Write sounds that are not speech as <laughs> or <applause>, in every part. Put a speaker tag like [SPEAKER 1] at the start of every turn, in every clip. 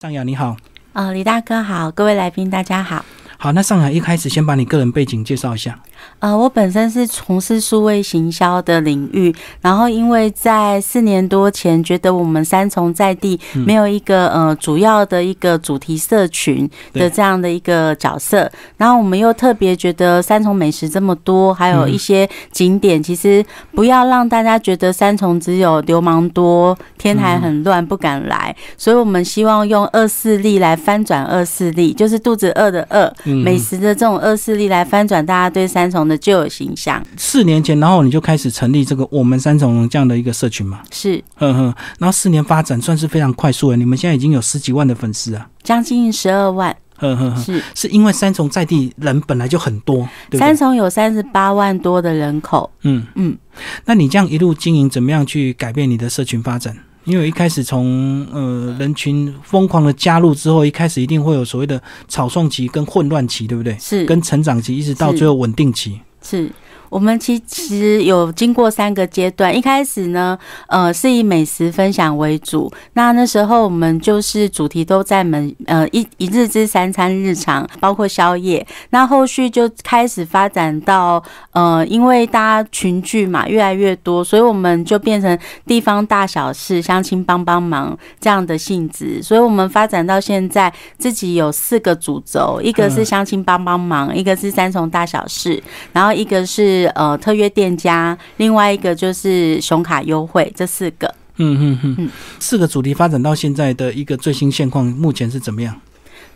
[SPEAKER 1] 上雅你好，
[SPEAKER 2] 呃，李大哥好，各位来宾大家好。
[SPEAKER 1] 好，那上海一开始先把你个人背景介绍一下。
[SPEAKER 2] 呃，我本身是从事数位行销的领域，然后因为在四年多前觉得我们三重在地没有一个、呃主要的一个主题社群
[SPEAKER 1] 对
[SPEAKER 2] 的这样的一个角色，然后我们又特别觉得三重美食这么多，还有一些景点，其实不要让大家觉得三重只有流氓多，天台很乱不敢来，所以我们希望用二四力来翻转二四力，就是肚子饿的饿，
[SPEAKER 1] 嗯
[SPEAKER 2] 美食的这种恶势力来翻转大家对三重的旧有形象。
[SPEAKER 1] 四年前，然后你就开始成立这个我们三重这样的一个社群嘛，
[SPEAKER 2] 是
[SPEAKER 1] 呵呵。然后四年发展算是非常快速的，你们现在已经有十几万的粉丝啊，
[SPEAKER 2] 将近十二万，
[SPEAKER 1] 呵呵呵。
[SPEAKER 2] 是
[SPEAKER 1] 是因为三重在地人本来就很多，啊对不
[SPEAKER 2] 三
[SPEAKER 1] 对？
[SPEAKER 2] 重有三十八万多的人口。
[SPEAKER 1] 嗯
[SPEAKER 2] 嗯，
[SPEAKER 1] 那你这样一路经营，怎么样去改变你的社群发展？因为一开始从呃人群疯狂的加入之后，一开始一定会有所谓的草创期跟混乱期，对不对？
[SPEAKER 2] 是
[SPEAKER 1] 跟成长期，一直到
[SPEAKER 2] 是
[SPEAKER 1] 最后稳定期。
[SPEAKER 2] 是。我们其实有经过三个阶段，一开始呢，呃，是以美食分享为主。那那时候我们就是主题都在门，呃，一一日之三餐日常，包括宵夜。那后续就开始发展到，呃，因为大家群聚嘛，越来越多，所以我们就变成地方大小事、相亲帮帮忙这样的性质。所以我们发展到现在，自己有四个主轴，一个是
[SPEAKER 1] 嗯
[SPEAKER 2] 相亲帮帮忙，一个是三重大小事，然后一个是呃特约店家，另外一个就是熊卡优惠，这四个。
[SPEAKER 1] 嗯嗯嗯
[SPEAKER 2] 嗯，
[SPEAKER 1] 四个主题发展到现在的一个最新现况，目前是怎么样？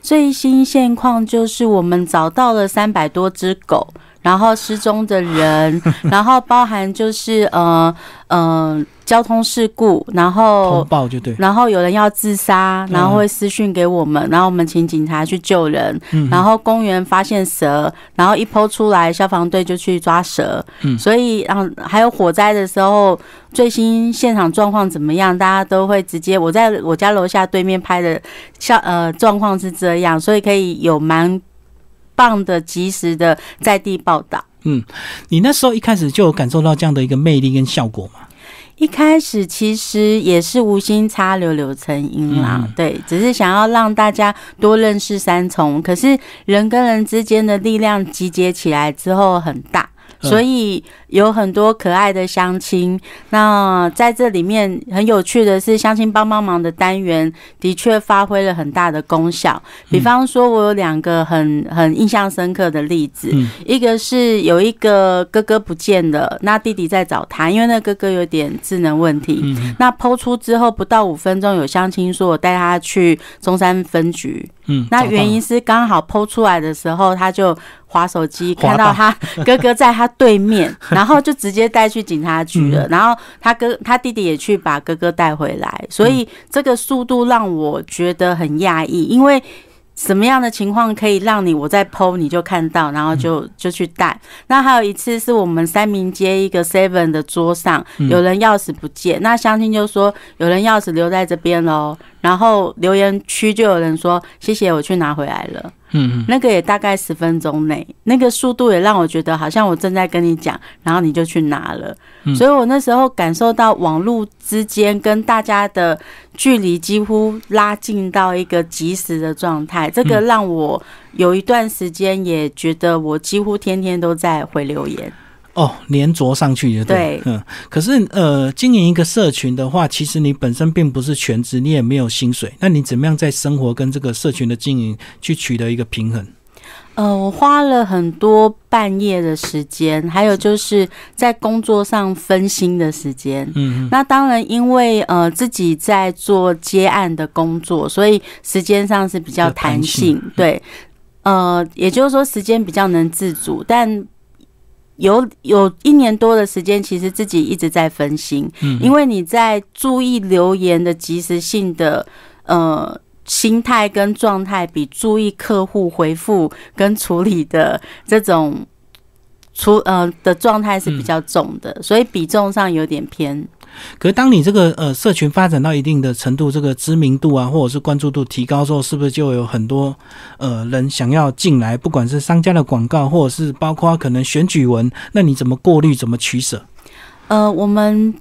[SPEAKER 2] 最新现况就是我们找到了三百多只狗，然后失踪的人，然后包含就是呃呃交通事故，然
[SPEAKER 1] 通
[SPEAKER 2] 后。
[SPEAKER 1] 报就对，嗯
[SPEAKER 2] 然后有人要自杀，然后会私讯给我们，然后我们请警察去救人。
[SPEAKER 1] 嗯
[SPEAKER 2] 然后公园发现蛇，然后一剖出来，消防队就去抓蛇。
[SPEAKER 1] 嗯
[SPEAKER 2] 所以，然后还有火灾的时候，最新现场状况怎么样，大家都会直接。我在我家楼下对面拍的像呃状况是这样，所以可以有蛮棒的及时的在地报道。
[SPEAKER 1] 你那时候一开始就有感受到这样的一个魅力跟效果嘛？
[SPEAKER 2] 一开始其实也是无心插柳柳成荫啦，
[SPEAKER 1] 嗯
[SPEAKER 2] 对，只是想要让大家多认识三重。可是人跟人之间的力量集结起来之后很大，
[SPEAKER 1] 嗯
[SPEAKER 2] 所以有很多可爱的相亲。那在这里面很有趣的是，相亲帮帮忙的单元的确发挥了很大的功效。
[SPEAKER 1] 嗯
[SPEAKER 2] 比方说，我有两个很很印象深刻的例子，
[SPEAKER 1] 嗯
[SPEAKER 2] 一个是有一个哥哥不见了，那弟弟在找他，因为那哥哥有点智能问题。
[SPEAKER 1] 嗯
[SPEAKER 2] 那抛出之后不到五分钟，有相亲说我带他去中山分局，
[SPEAKER 1] 嗯，
[SPEAKER 2] 那
[SPEAKER 1] 找到
[SPEAKER 2] 原
[SPEAKER 1] 了
[SPEAKER 2] 因是刚好剖出来的时候，他就划手机
[SPEAKER 1] 滑
[SPEAKER 2] 看
[SPEAKER 1] 到
[SPEAKER 2] 到他哥哥在他对面，然后就直接带去警察局了。然后他哥他弟弟也去把哥哥带回来，所以这个速度让我觉得很讶异，因为。什么样的情况可以让你我在剖你就看到，然后就就去带？那还有一次是我们三明街一个 Seven 的桌上，有人钥匙不见，那相亲就说有人钥匙留在这边喽，然后留言区就有人说谢谢，我去拿回来了。
[SPEAKER 1] 嗯
[SPEAKER 2] 那个也大概十分钟内，那个速度也让我觉得好像我正在跟你讲，然后你就去拿了。
[SPEAKER 1] 嗯
[SPEAKER 2] 所以我那时候感受到网络之间跟大家的距离几乎拉近到一个及时的状态，这
[SPEAKER 1] 嗯
[SPEAKER 2] 个让我有一段时间也觉得我几乎天天都在回留言。
[SPEAKER 1] 哦粘着上去就对了，
[SPEAKER 2] 对
[SPEAKER 1] 嗯，可是呃经营一个社群的话，其实你本身并不是全职，你也没有薪水，那你怎么样在生活跟这个社群的经营去取得一个平衡？
[SPEAKER 2] 呃，我花了很多半夜的时间，还有就是在工作上分心的时间。
[SPEAKER 1] 嗯
[SPEAKER 2] 那当然，因为呃自己在做接案的工作，所以时间上是比较弹性，对，呃，也就是说时间比较能自主，但。有有一年多的时间，其实自己一直在分心，
[SPEAKER 1] 嗯
[SPEAKER 2] 因为你在注意留言的及时性的呃心态跟状态，比注意客户回复跟处理的这种处呃的状态是比较重的，所以比重上有点偏。
[SPEAKER 1] 可是当你这个呃社群发展到一定的程度，这个知名度啊，或者是关注度提高之后，是不是就有很多呃人想要进来？不管是商家的广告，或者是包括可能选举文，那你怎么过滤，怎么取舍？
[SPEAKER 2] 呃，我们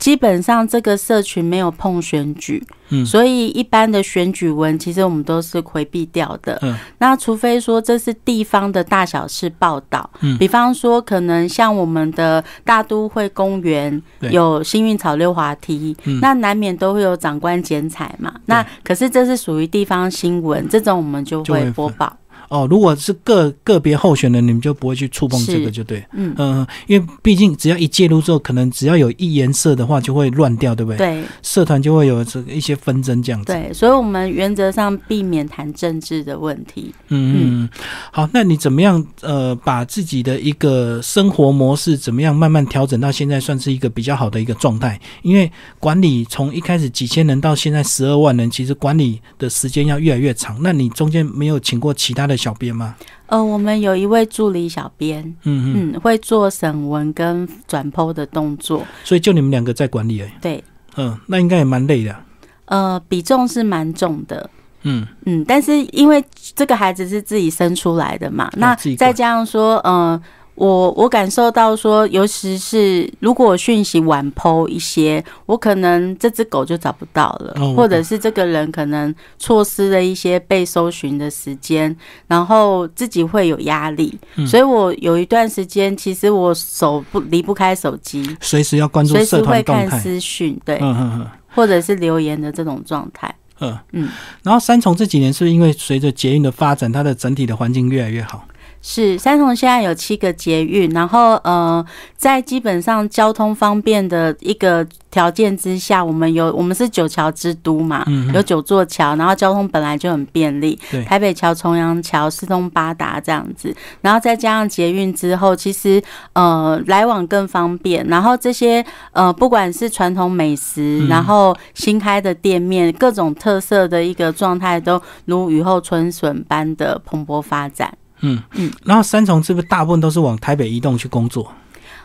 [SPEAKER 2] 基本上这个社群没有碰选举，
[SPEAKER 1] 嗯
[SPEAKER 2] 所以一般的选举文其实我们都是回避掉的。
[SPEAKER 1] 嗯
[SPEAKER 2] 那除非说这是地方的大小事报道，
[SPEAKER 1] 嗯
[SPEAKER 2] 比方说可能像我们的大都会公园
[SPEAKER 1] 对
[SPEAKER 2] 有幸运草溜滑梯，
[SPEAKER 1] 嗯
[SPEAKER 2] 那难免都会有长官剪彩嘛。那可是这是属于地方新闻，这种我们就
[SPEAKER 1] 就会
[SPEAKER 2] 会播报。
[SPEAKER 1] 哦，如果是个个别候选人，你们就不会去触碰这个，
[SPEAKER 2] 是
[SPEAKER 1] 就对。
[SPEAKER 2] 嗯，
[SPEAKER 1] 嗯、因为毕竟只要一介入之后，可能只要有一颜色的话，就会乱掉，对不对？
[SPEAKER 2] 对
[SPEAKER 1] 社团就会有这个一些纷争这样子。
[SPEAKER 2] 对，所以我们原则上避免谈政治的问题。
[SPEAKER 1] 嗯嗯，嗯好，那你怎么样？呃，把自己的一个生活模式怎么样慢慢调整到现在算是一个比较好的一个状态？因为管理从一开始几千人到现在十二万人，其实管理的时间要越来越长。那你中间没有请过其他的小编吗？
[SPEAKER 2] 呃，我们有一位助理小编，
[SPEAKER 1] 嗯嗯，
[SPEAKER 2] 嗯，会做审文跟转剖的动作，
[SPEAKER 1] 所以就你们两个在管理而已。
[SPEAKER 2] 对，
[SPEAKER 1] 嗯，那应该也蛮累的啊。
[SPEAKER 2] 呃，比重是蛮重的。
[SPEAKER 1] 嗯，
[SPEAKER 2] 嗯，但是因为这个孩子是自己生出来的嘛，那
[SPEAKER 1] 哦自己管
[SPEAKER 2] 再加上说，嗯、我我感受到说，尤其是如果我讯息晚剖一些，我可能这只狗就找不到了，
[SPEAKER 1] 哦我懂
[SPEAKER 2] 或者是这个人可能错失了一些被搜寻的时间，然后自己会有压力，
[SPEAKER 1] 嗯
[SPEAKER 2] 所以我有一段时间其实我手不离不开手机，
[SPEAKER 1] 随时要关注
[SPEAKER 2] 随时
[SPEAKER 1] 社
[SPEAKER 2] 会
[SPEAKER 1] 团动
[SPEAKER 2] 看
[SPEAKER 1] 态。
[SPEAKER 2] 私讯，对，
[SPEAKER 1] 嗯嗯嗯
[SPEAKER 2] 或者是留言的这种状态。
[SPEAKER 1] 嗯嗯
[SPEAKER 2] 嗯。
[SPEAKER 1] 然后三重这几年是因为随着捷运的发展，它的整体的环境越来越好。
[SPEAKER 2] 是三重现在有七个捷运，然后呃，在基本上交通方便的一个条件之下，我们有我们是九桥之都嘛，
[SPEAKER 1] 嗯
[SPEAKER 2] 有九座桥，然后交通本来就很便利
[SPEAKER 1] 对，
[SPEAKER 2] 台北桥、重阳桥、四通八达这样子，然后再加上捷运之后，其实呃来往更方便，然后这些呃不管是传统美食
[SPEAKER 1] 嗯，
[SPEAKER 2] 然后新开的店面，各种特色的一个状态都如雨后春笋般的蓬勃发展。
[SPEAKER 1] 嗯嗯
[SPEAKER 2] 嗯。
[SPEAKER 1] 然后三重是不是大部分都是往台北移动去工作？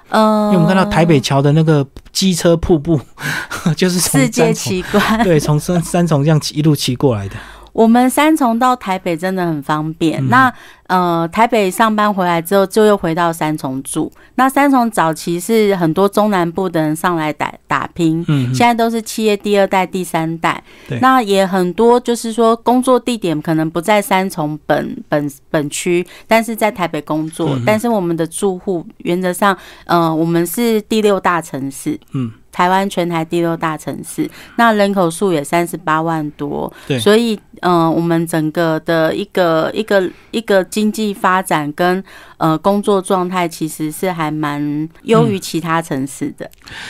[SPEAKER 2] 呃，
[SPEAKER 1] 因为我们看到台北桥的那个机车瀑布， <laughs> 就是从
[SPEAKER 2] 世界
[SPEAKER 1] 三重
[SPEAKER 2] 奇观。
[SPEAKER 1] 对，从三三重这样骑一路骑过来的。
[SPEAKER 2] 我们三重到台北真的很方便。
[SPEAKER 1] 嗯
[SPEAKER 2] 那呃，台北上班回来之后，就又回到三重住。那三重早期是很多中南部的人上来打打拼，
[SPEAKER 1] 嗯，
[SPEAKER 2] 现在都是企业第二代、第三代
[SPEAKER 1] 对。
[SPEAKER 2] 那也很多，就是说工作地点可能不在三重本本本区，但是在台北工作。
[SPEAKER 1] 嗯哼
[SPEAKER 2] 但是我们的住户原则上，呃，我们是第六大城市，
[SPEAKER 1] 嗯，
[SPEAKER 2] 台湾全台第六大城市，那人口数也三十八万多，
[SPEAKER 1] 对
[SPEAKER 2] 所以，嗯、我们整个的一个一个一个经济发展跟呃工作状态，其实是还蛮优于其他城市的。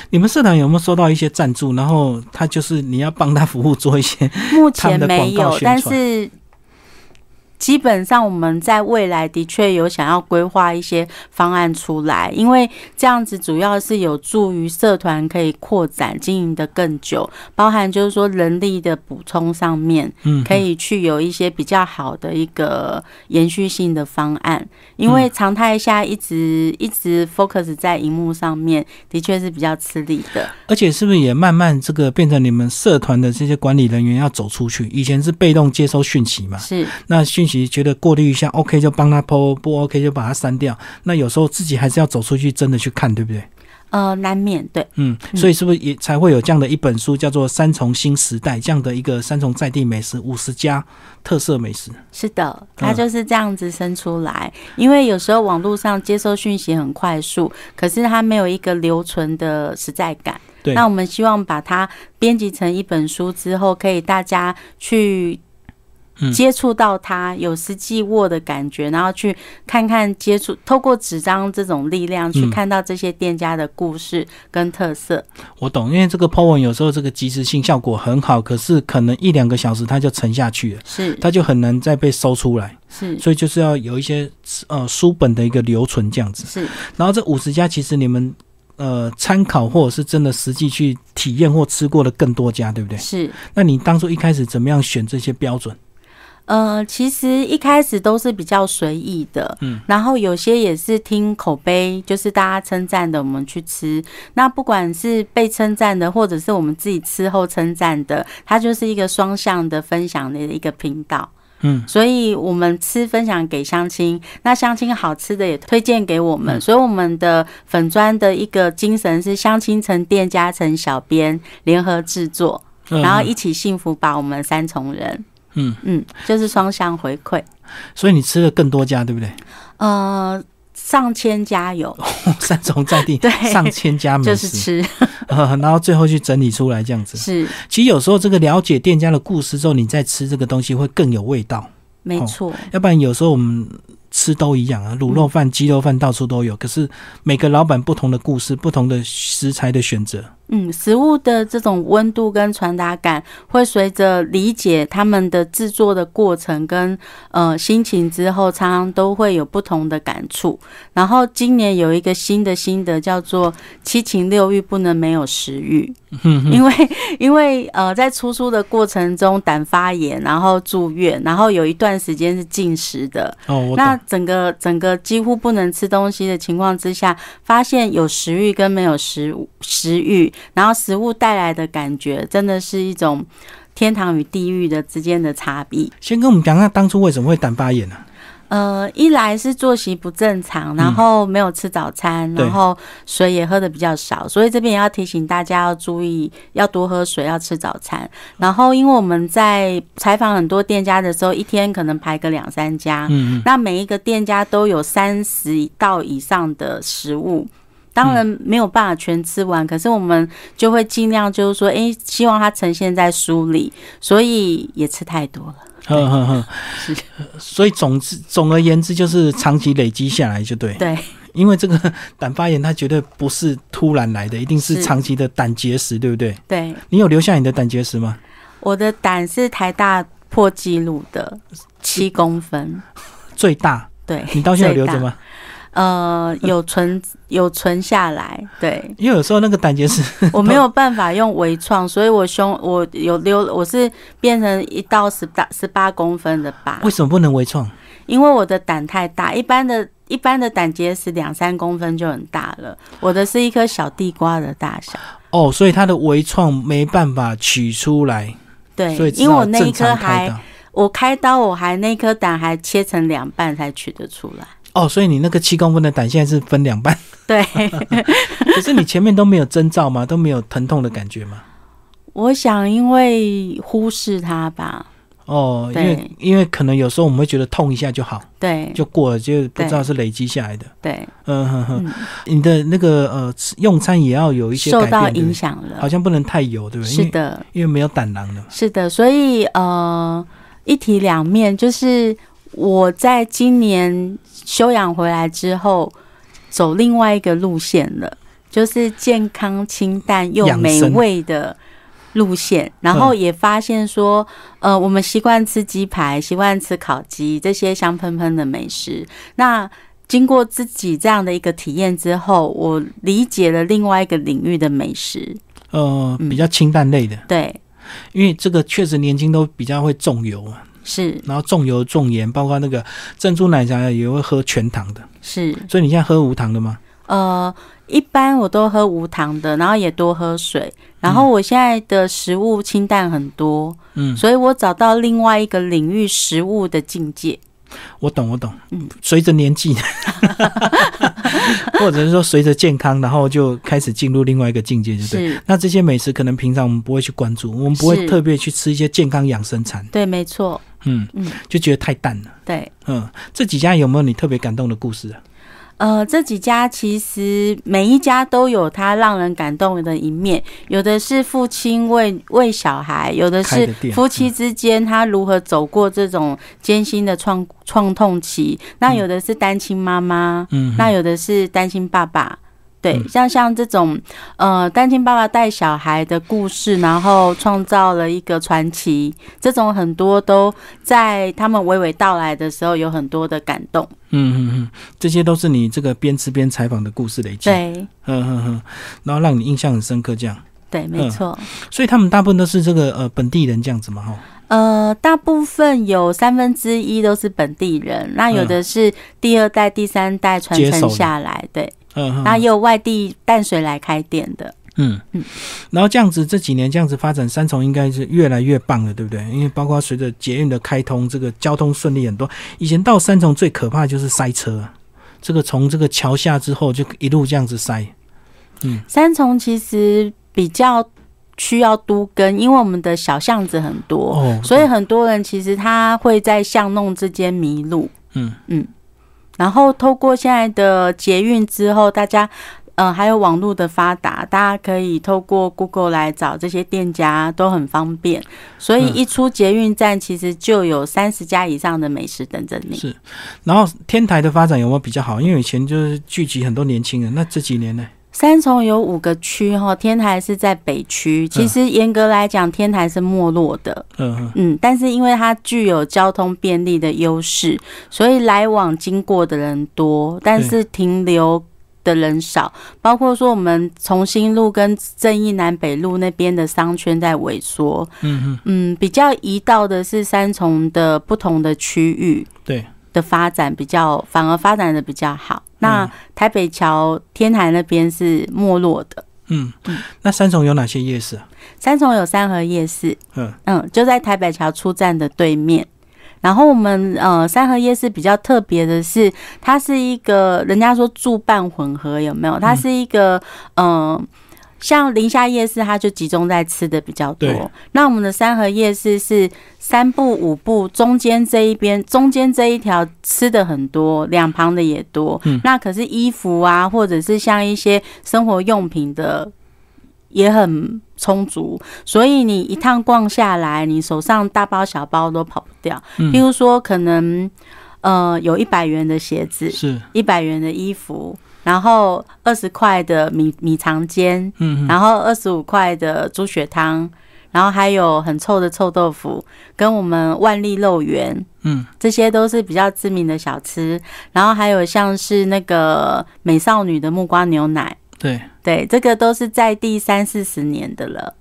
[SPEAKER 1] 你们社团有没有收到一些赞助？然后他就是你要帮他服务做一些， <laughs>
[SPEAKER 2] 目
[SPEAKER 1] 嗯他们
[SPEAKER 2] 前
[SPEAKER 1] 的广告
[SPEAKER 2] 没有
[SPEAKER 1] 宣，
[SPEAKER 2] 但
[SPEAKER 1] 传
[SPEAKER 2] 是基本上我们在未来的确有想要规划一些方案出来，因为这样子主要是有助于社团可以扩展经营的更久，包含就是说人力的补充上面，
[SPEAKER 1] 嗯，
[SPEAKER 2] 可以去有一些比较好的一个延续性的方案，因为常态下一直一直 focus 在荧幕上面，的确是比较吃力的。
[SPEAKER 1] 而且是不是也慢慢这个变成你们社团的这些管理人员要走出去？以前是被动接收讯息嘛，
[SPEAKER 2] 是，
[SPEAKER 1] 那讯息觉得过滤一下，OK 就帮他 PO，不 OK 就把它删掉。那有时候自己还是要走出去，真的去看，对不对？
[SPEAKER 2] 呃，难免对。
[SPEAKER 1] 嗯，
[SPEAKER 2] 嗯
[SPEAKER 1] 所以是不是也才会有这样的一本书，叫做《三重新时代》这样的一个三重在地美食五十家特色美食？
[SPEAKER 2] 是的，它就是这样子生出来。因为有时候网络上接收讯息很快速，可是它没有一个留存的实在感。
[SPEAKER 1] 对
[SPEAKER 2] 那我们希望把它编辑成一本书之后，可以大家去
[SPEAKER 1] 嗯
[SPEAKER 2] 接触到它，有实际握的感觉，然后去看看接触，透过纸张这种力量去
[SPEAKER 1] 嗯
[SPEAKER 2] 看到这些店家的故事跟特色。
[SPEAKER 1] 我懂，因为这个 Po 文有时候这个及时性效果很好，可是可能一两个小时它就沉下去了，
[SPEAKER 2] 是
[SPEAKER 1] 它就很难再被搜出来，
[SPEAKER 2] 是
[SPEAKER 1] 所以就是要有一些呃书本的一个留存这样子。
[SPEAKER 2] 是，
[SPEAKER 1] 然后这五十家其实你们呃参考或者是真的实际去体验或吃过的更多家，对不对？
[SPEAKER 2] 是。
[SPEAKER 1] 那你当初一开始怎么样选这些标准？
[SPEAKER 2] 呃，其实一开始都是比较随意的，
[SPEAKER 1] 嗯
[SPEAKER 2] 嗯，然后有些也是听口碑，就是大家称赞的，我们去吃。那不管是被称赞的，或者是我们自己吃后称赞的，它就是一个双向的分享的一个频道。
[SPEAKER 1] 嗯，
[SPEAKER 2] 所以我们吃分享给相亲，那相亲好吃的也推荐给我们，
[SPEAKER 1] 嗯
[SPEAKER 2] 所以我们的粉砖的一个精神是相亲成店家成小编联合制作，
[SPEAKER 1] 嗯
[SPEAKER 2] 然后一起幸福吧，我们三重人，
[SPEAKER 1] 嗯
[SPEAKER 2] 嗯，就是双向回馈，
[SPEAKER 1] 所以你吃了更多家，对不对？
[SPEAKER 2] 呃，上千家有，
[SPEAKER 1] <laughs> 三重在地
[SPEAKER 2] 对
[SPEAKER 1] 上千家
[SPEAKER 2] 就
[SPEAKER 1] 美
[SPEAKER 2] 是
[SPEAKER 1] 食，
[SPEAKER 2] 吃，
[SPEAKER 1] <laughs> 呃，然后最后去整理出来这样子。
[SPEAKER 2] 是
[SPEAKER 1] 其实有时候这个了解店家的故事之后，你再吃这个东西会更有味道。
[SPEAKER 2] 没错，
[SPEAKER 1] 要不然有时候我们吃都一样啊，卤肉
[SPEAKER 2] 嗯
[SPEAKER 1] 饭、鸡肉饭到处都有，可是每个老板不同的故事、不同的食材的选择。
[SPEAKER 2] 嗯，食物的这种温度跟传达感，会随着理解他们的制作的过程跟呃心情之后，常常都会有不同的感触。然后今年有一个新的心得，叫做“七情六欲不能没有食欲”，因为因为呃在出书的过程中胆发炎，然后住院，然后有一段时间是禁食的，
[SPEAKER 1] 哦，我
[SPEAKER 2] 那
[SPEAKER 1] 懂。
[SPEAKER 2] 整个整个几乎不能吃东西的情况之下，发现有食欲跟没有食物食欲，然后食物带来的感觉，真的是一种天堂与地狱的之间的差异。
[SPEAKER 1] 先跟我们讲讲当初为什么会胆巴眼呢、啊？
[SPEAKER 2] 呃，一来是作息不正常，然后没有吃早餐，
[SPEAKER 1] 嗯对
[SPEAKER 2] 然后水也喝的比较少，所以这边也要提醒大家要注意，要多喝水，要吃早餐。然后，因为我们在采访很多店家的时候，一天可能排个两三家，
[SPEAKER 1] 嗯嗯，
[SPEAKER 2] 那每一个店家都有三十道以上的食
[SPEAKER 1] 嗯
[SPEAKER 2] 物。当然没有办法全吃完，可是我们就会尽量就是说，诶，希望它呈现在书里，所以也吃太多了。
[SPEAKER 1] 呵呵呵。
[SPEAKER 2] 是
[SPEAKER 1] 所以总之，总而言之，就是长期累积下来就对。
[SPEAKER 2] 对，
[SPEAKER 1] 因为这个 <laughs> 胆发炎，它绝对不是突然来的，一定是
[SPEAKER 2] 是
[SPEAKER 1] 长期的胆结石，对不对？
[SPEAKER 2] 对，
[SPEAKER 1] 你有留下你的胆结石吗？
[SPEAKER 2] 我的胆是台大破纪录的七公分，
[SPEAKER 1] 最大，
[SPEAKER 2] 对，
[SPEAKER 1] 你到现在有留
[SPEAKER 2] 最大
[SPEAKER 1] 着吗？
[SPEAKER 2] 呃，有存有存下来，
[SPEAKER 1] <laughs>
[SPEAKER 2] 对
[SPEAKER 1] 因为有时候那个胆结
[SPEAKER 2] <laughs>
[SPEAKER 1] 石，
[SPEAKER 2] 我没有办法用微创，所以我胸我有溜，我是变成一到十八十八公分的疤
[SPEAKER 1] 为，什么不能微创？
[SPEAKER 2] 因为我的胆太大，一般的一般的胆结石两三公分就很大了，我的是一颗小地瓜的大小，
[SPEAKER 1] 哦，所以它的微创没办法取出来，
[SPEAKER 2] 对
[SPEAKER 1] 所以，只
[SPEAKER 2] 因为
[SPEAKER 1] 好
[SPEAKER 2] 我那
[SPEAKER 1] 正
[SPEAKER 2] 一颗
[SPEAKER 1] 常开
[SPEAKER 2] 还
[SPEAKER 1] 刀。
[SPEAKER 2] 我开刀，我还那颗胆还切成两半才取得出来，
[SPEAKER 1] 哦，所以你那个七公分的胆现在是分两
[SPEAKER 2] <laughs>
[SPEAKER 1] 半， <laughs>
[SPEAKER 2] 对。
[SPEAKER 1] 可是你前面都没有征兆吗？都没有疼痛的感觉吗？
[SPEAKER 2] 我想，因为忽视它吧，
[SPEAKER 1] 哦，因为
[SPEAKER 2] 对
[SPEAKER 1] 因为可能有时候我们会觉得痛一下就好，
[SPEAKER 2] 对
[SPEAKER 1] 就过了，就不知道是累积下来的。
[SPEAKER 2] 对，
[SPEAKER 1] 嗯哼哼，
[SPEAKER 2] 嗯，
[SPEAKER 1] 你的那个呃吃用餐也要有一些
[SPEAKER 2] 受
[SPEAKER 1] 改
[SPEAKER 2] 到
[SPEAKER 1] 变，对不
[SPEAKER 2] 影
[SPEAKER 1] 对
[SPEAKER 2] 响
[SPEAKER 1] 好
[SPEAKER 2] 了，
[SPEAKER 1] 像不能太油，对不对？
[SPEAKER 2] 是
[SPEAKER 1] 因为
[SPEAKER 2] 的，
[SPEAKER 1] 因为没有胆囊了。
[SPEAKER 2] 是的，所以呃，一体两面，就是我在今年休养回来之后，走另外一个路线了，就是健康、清淡又
[SPEAKER 1] 养
[SPEAKER 2] 美
[SPEAKER 1] 生
[SPEAKER 2] 味的。路线，然后也发现说，呃，我们习惯吃鸡排，习惯吃烤鸡这些香喷喷的美食。那经过自己这样的一个体验之后，我理解了另外一个领域的美食。
[SPEAKER 1] 呃，
[SPEAKER 2] 嗯
[SPEAKER 1] 比较清淡类的，
[SPEAKER 2] 对，
[SPEAKER 1] 因为这个确实年轻都比较会重油嘛，
[SPEAKER 2] 是
[SPEAKER 1] 然后重油重盐，包括那个珍珠奶茶也会喝全糖的，
[SPEAKER 2] 是。
[SPEAKER 1] 所以你现在喝无糖的吗？
[SPEAKER 2] 呃，一般我都喝无糖的，然后也多喝水。然后我现在的食物清淡很多，
[SPEAKER 1] 嗯，
[SPEAKER 2] 所以我找到另外一个领域食物的境界。
[SPEAKER 1] 我懂，我懂。
[SPEAKER 2] 嗯
[SPEAKER 1] 随着年
[SPEAKER 2] <laughs>
[SPEAKER 1] 纪，或者是说随着健康，然后就开始进入另外一个境界，就对。
[SPEAKER 2] 是，
[SPEAKER 1] 那这些美食可能平常我们不会去关注，我们不会
[SPEAKER 2] 是
[SPEAKER 1] 特别去吃一些健康养生餐，
[SPEAKER 2] 对，没错，
[SPEAKER 1] 嗯
[SPEAKER 2] 嗯，
[SPEAKER 1] 就觉得太淡了。
[SPEAKER 2] 对。
[SPEAKER 1] 嗯，这几家有没有你特别感动的故事啊？
[SPEAKER 2] 呃，这几家其实每一家都有它让人感动的一面，有的是父亲为为小孩，有的
[SPEAKER 1] 开
[SPEAKER 2] 是
[SPEAKER 1] 的店嗯
[SPEAKER 2] 夫妻之间他如何走过这种艰辛的创创痛期，那有的是单亲妈妈，
[SPEAKER 1] 嗯，
[SPEAKER 2] 那有的是单亲爸爸。对，
[SPEAKER 1] 嗯
[SPEAKER 2] 像像这种，呃，单亲爸爸带小孩的故事，然后创造了一个传奇，这种很多都在他们娓娓道来的时候有很多的感动。
[SPEAKER 1] 嗯嗯嗯，这些都是你这个边吃边采访的故事累积，，
[SPEAKER 2] 对
[SPEAKER 1] 嗯嗯嗯，然后让你印象很深刻，这样。
[SPEAKER 2] 对，没错。
[SPEAKER 1] 所以他们大部分都是这个呃本地人这样子嘛，哈。
[SPEAKER 2] 呃，大部分有三分之一都是本地人，那有的是第二代、第三代传
[SPEAKER 1] 接手
[SPEAKER 2] 承
[SPEAKER 1] 的
[SPEAKER 2] 下来，对，
[SPEAKER 1] 嗯，
[SPEAKER 2] 那
[SPEAKER 1] 嗯
[SPEAKER 2] 也有外地淡水来开店的，
[SPEAKER 1] 嗯嗯，然后这样子这几年这样子发展，三重应该是越来越棒了，对不对？因为包括随着捷运的开通，这个交通顺利很多。以前到三重最可怕的就是塞车啊，这个从这个桥下之后就一路这样子塞。嗯，
[SPEAKER 2] 三重其实比较需要都跟，因为我们的小巷子很多，
[SPEAKER 1] 哦，
[SPEAKER 2] 所以很多人其实他会在巷弄之间迷路。
[SPEAKER 1] 嗯
[SPEAKER 2] 嗯，然后透过现在的捷运之后，大家。嗯、呃，还有网络的发达，大家可以透过 Google 来找这些店家，都很方便。所
[SPEAKER 1] 嗯
[SPEAKER 2] 以一出捷运站，其实就有三十家以上的美食等着你。
[SPEAKER 1] 是然后天台的发展有没有比较好？因为以前就是聚集很多年轻人，那这几年呢？
[SPEAKER 2] 三重有五个区哈，天台是在北区。其实严格来讲，天台是没落的，
[SPEAKER 1] 嗯、嗯
[SPEAKER 2] 嗯，但是因为它具有交通便利的优势，所以来往经过的人多，但是停留的人少。包括说我们重新路跟正义南北路那边的商圈在萎缩，
[SPEAKER 1] 嗯嗯，
[SPEAKER 2] 嗯，比较移到的是三重的不同的区域
[SPEAKER 1] 对，
[SPEAKER 2] 的发展比较，反而发展的比较好。那台北桥、天台那边是没落的。
[SPEAKER 1] 嗯，那三重有哪些夜市啊？
[SPEAKER 2] 三重有三和夜市，
[SPEAKER 1] 嗯
[SPEAKER 2] 嗯，就在台北桥出站的对面。然后我们呃三和夜市比较特别的是，它是一个人家说住办混合有没有？它是一个嗯、呃像宁夏夜市，它就集中在吃的比较
[SPEAKER 1] 对
[SPEAKER 2] 多。那我们的三和夜市是三步五步，中间这一边，中间这一条吃的很多，两旁的也多。
[SPEAKER 1] 嗯
[SPEAKER 2] 那可是衣服啊，或者是像一些生活用品的也很充足，所以你一趟逛下来，你手上大包小包都跑不掉。
[SPEAKER 1] 嗯
[SPEAKER 2] 譬如说，可能呃有一百元的鞋子，
[SPEAKER 1] 是，
[SPEAKER 2] 一百元的衣服，然后二十块的米米肠煎，
[SPEAKER 1] 嗯嗯
[SPEAKER 2] 然后二十五块的猪血汤，然后还有很臭的臭豆腐，跟我们万利肉圆，
[SPEAKER 1] 嗯，
[SPEAKER 2] 这些都是比较知名的小吃。然后还有像是那个美少女的木瓜牛奶，
[SPEAKER 1] 对。
[SPEAKER 2] 对，这个都是在第三四十年的了。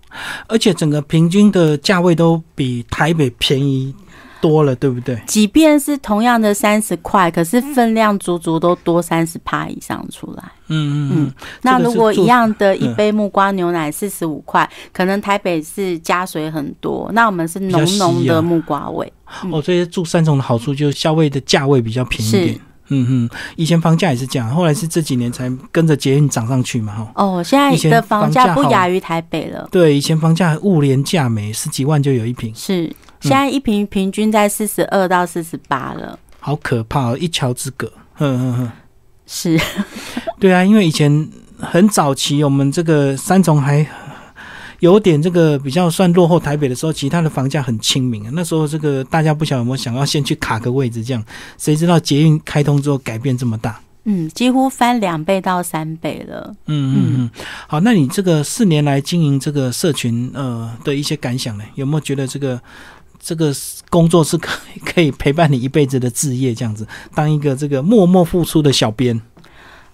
[SPEAKER 1] 而且整个平均的价位都比台北便宜多了，对不对？
[SPEAKER 2] 即便是同样的三十块，可是分量足足都多三十趴以上出来。
[SPEAKER 1] 嗯嗯嗯
[SPEAKER 2] 嗯，那
[SPEAKER 1] 这个
[SPEAKER 2] 如
[SPEAKER 1] 是
[SPEAKER 2] 果
[SPEAKER 1] 做
[SPEAKER 2] 一样的
[SPEAKER 1] 嗯
[SPEAKER 2] 一杯木瓜牛奶四十五块，可能台北是加水很多，那我们是浓浓
[SPEAKER 1] 比较稀啊
[SPEAKER 2] 的木瓜味。
[SPEAKER 1] 哦，这些住三重的好处就是消费的价位比较便宜一
[SPEAKER 2] 是
[SPEAKER 1] 点。嗯嗯，以前房价也是这样，后来是这几年才跟着捷运涨上去嘛，哈。
[SPEAKER 2] 哦，现在
[SPEAKER 1] 以前
[SPEAKER 2] 的房
[SPEAKER 1] 房价
[SPEAKER 2] 价不
[SPEAKER 1] 好
[SPEAKER 2] 亚于台北了，
[SPEAKER 1] 对，以前房价物廉价美，十几万就有一平，
[SPEAKER 2] 是现在一瓶平均在四十二到四十八了。
[SPEAKER 1] 好可怕哦，一桥之隔。嗯嗯嗯，
[SPEAKER 2] 是
[SPEAKER 1] 对啊，因为以前很早期，我们这个三重还有点这个比较算落后台北的时候，其他的房价很亲民啊。那时候这个大家不晓得有没有想要先去卡个位置，这样谁知道捷运开通之后改变这么大？
[SPEAKER 2] 嗯，几乎翻两倍到三倍了。
[SPEAKER 1] 嗯嗯嗯。好，那你这个四年来经营这个社群，呃的一些感想呢？有没有觉得这个？这个工作是可以可以陪伴你一辈子的置业，这样子，当一个这个默默付出的小编，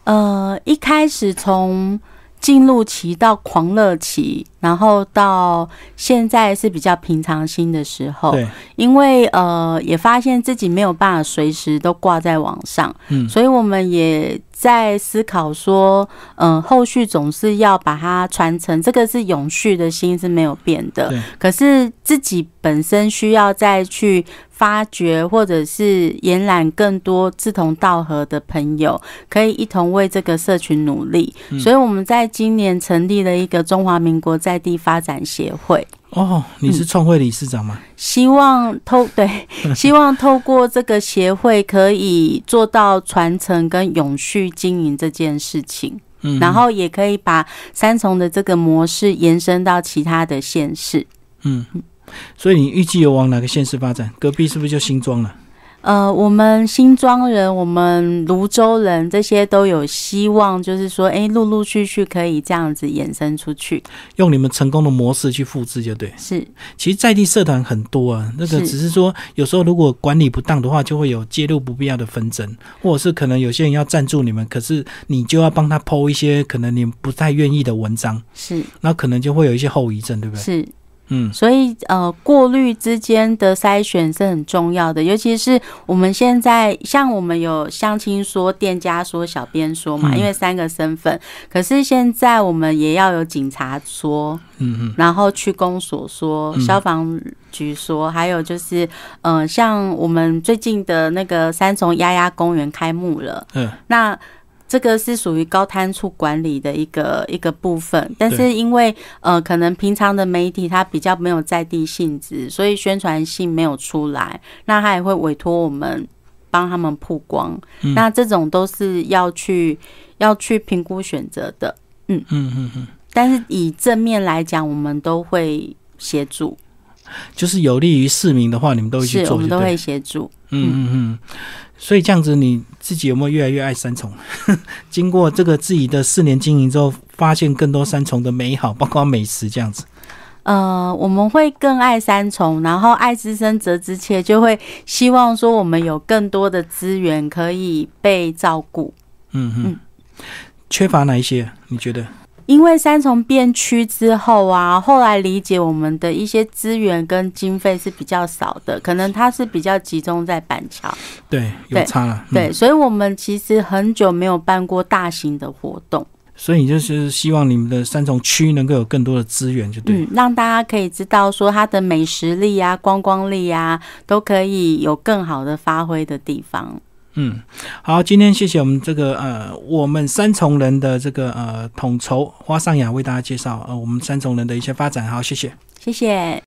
[SPEAKER 2] 呃，一开始从进入期到狂热期，然后到现在是比较平常心的时候。
[SPEAKER 1] 对，
[SPEAKER 2] 因为呃，也发现自己没有办法随时都挂在网上，
[SPEAKER 1] 嗯
[SPEAKER 2] 所以我们也在思考说，嗯、后续总是要把它传承，这个是永续的心是没有变的
[SPEAKER 1] 对。
[SPEAKER 2] 可是自己本身需要再去发掘，或者是延揽更多志同道合的朋友，可以一同为这个社群努力。
[SPEAKER 1] 嗯
[SPEAKER 2] 所以我们在今年成立了一个中华民国在地发展协会。
[SPEAKER 1] 哦，你是创会理事长吗？
[SPEAKER 2] 希望透 <laughs> 对，希望透过这个协会可以做到传承跟永续经营这件事情，
[SPEAKER 1] 嗯，
[SPEAKER 2] 然后也可以把三重的这个模式延伸到其他的县市。
[SPEAKER 1] 嗯，所以你预计有往哪个县市发展？隔壁是不是就新庄了？
[SPEAKER 2] 呃，我们新庄人、我们泸州人这些都有希望，就是说，哎，陆陆续续可以这样子延伸出去。
[SPEAKER 1] 用你们成功的模式去复制就对。
[SPEAKER 2] 是，
[SPEAKER 1] 其实在地社团很多啊，那个
[SPEAKER 2] 是
[SPEAKER 1] 只是说有时候如果管理不当的话，就会有介入不必要的纷争，或者是可能有些人要赞助你们，可是你就要帮他剖一些可能你不太愿意的文章，
[SPEAKER 2] 是，
[SPEAKER 1] 那可能就会有一些后遗症，对不对？
[SPEAKER 2] 是。
[SPEAKER 1] 嗯
[SPEAKER 2] 所以呃，过滤之间的筛选是很重要的，尤其是我们现在像我们有相亲说、店家说、小编说嘛，
[SPEAKER 1] 嗯
[SPEAKER 2] 因为三个身份，可是现在我们也要有警察说，
[SPEAKER 1] 嗯嗯
[SPEAKER 2] 然后区公所说、
[SPEAKER 1] 嗯
[SPEAKER 2] 消防局说，还有就是呃，像我们最近的那个三重丫丫公园开幕了，
[SPEAKER 1] 嗯
[SPEAKER 2] 那这个是属于高摊处管理的一个一个部分，但是
[SPEAKER 1] 对
[SPEAKER 2] 因为呃，可能平常的媒体它比较没有在地性质，所以宣传性没有出来，那它也会委托我们帮他们曝光，
[SPEAKER 1] 嗯
[SPEAKER 2] 那这种都是要去要去评估选择的，
[SPEAKER 1] 嗯嗯嗯，
[SPEAKER 2] 但是以正面来讲，我们都会协助，
[SPEAKER 1] 就是有利于市民的话，你们都会去
[SPEAKER 2] 是我
[SPEAKER 1] 做
[SPEAKER 2] 们
[SPEAKER 1] 就
[SPEAKER 2] 都
[SPEAKER 1] 对
[SPEAKER 2] 会
[SPEAKER 1] 了，
[SPEAKER 2] 协助。
[SPEAKER 1] 嗯嗯嗯。所以这样子，你自己有没有越来越爱三重？ <laughs> 经过这个自己的四年经营之后，发现更多三重的美好，包括美食这样子。
[SPEAKER 2] 呃，我们会更爱三重，然后爱之深责之切，就会希望说我们有更多的资源可以被照顾。
[SPEAKER 1] 嗯嗯
[SPEAKER 2] 嗯，
[SPEAKER 1] 缺乏哪一些？你觉得？
[SPEAKER 2] 因为三重变区之后啊，后来理解我们的一些资源跟经费是比较少的，可能它是比较集中在板桥，
[SPEAKER 1] 对，有
[SPEAKER 2] 对
[SPEAKER 1] 差了。嗯
[SPEAKER 2] 对，所以我们其实很久没有办过大型的活动，
[SPEAKER 1] 所以你就是希望你们的三重区能够有更多的资源，就对。
[SPEAKER 2] 嗯，让大家可以知道说它的美食力啊、观光力啊，都可以有更好的发挥的地方。
[SPEAKER 1] 嗯，好，今天谢谢我们这个呃，我们三重人的这个呃统筹花尚雅为大家介绍呃我们三重人的一些发展，好，谢谢。
[SPEAKER 2] 谢谢。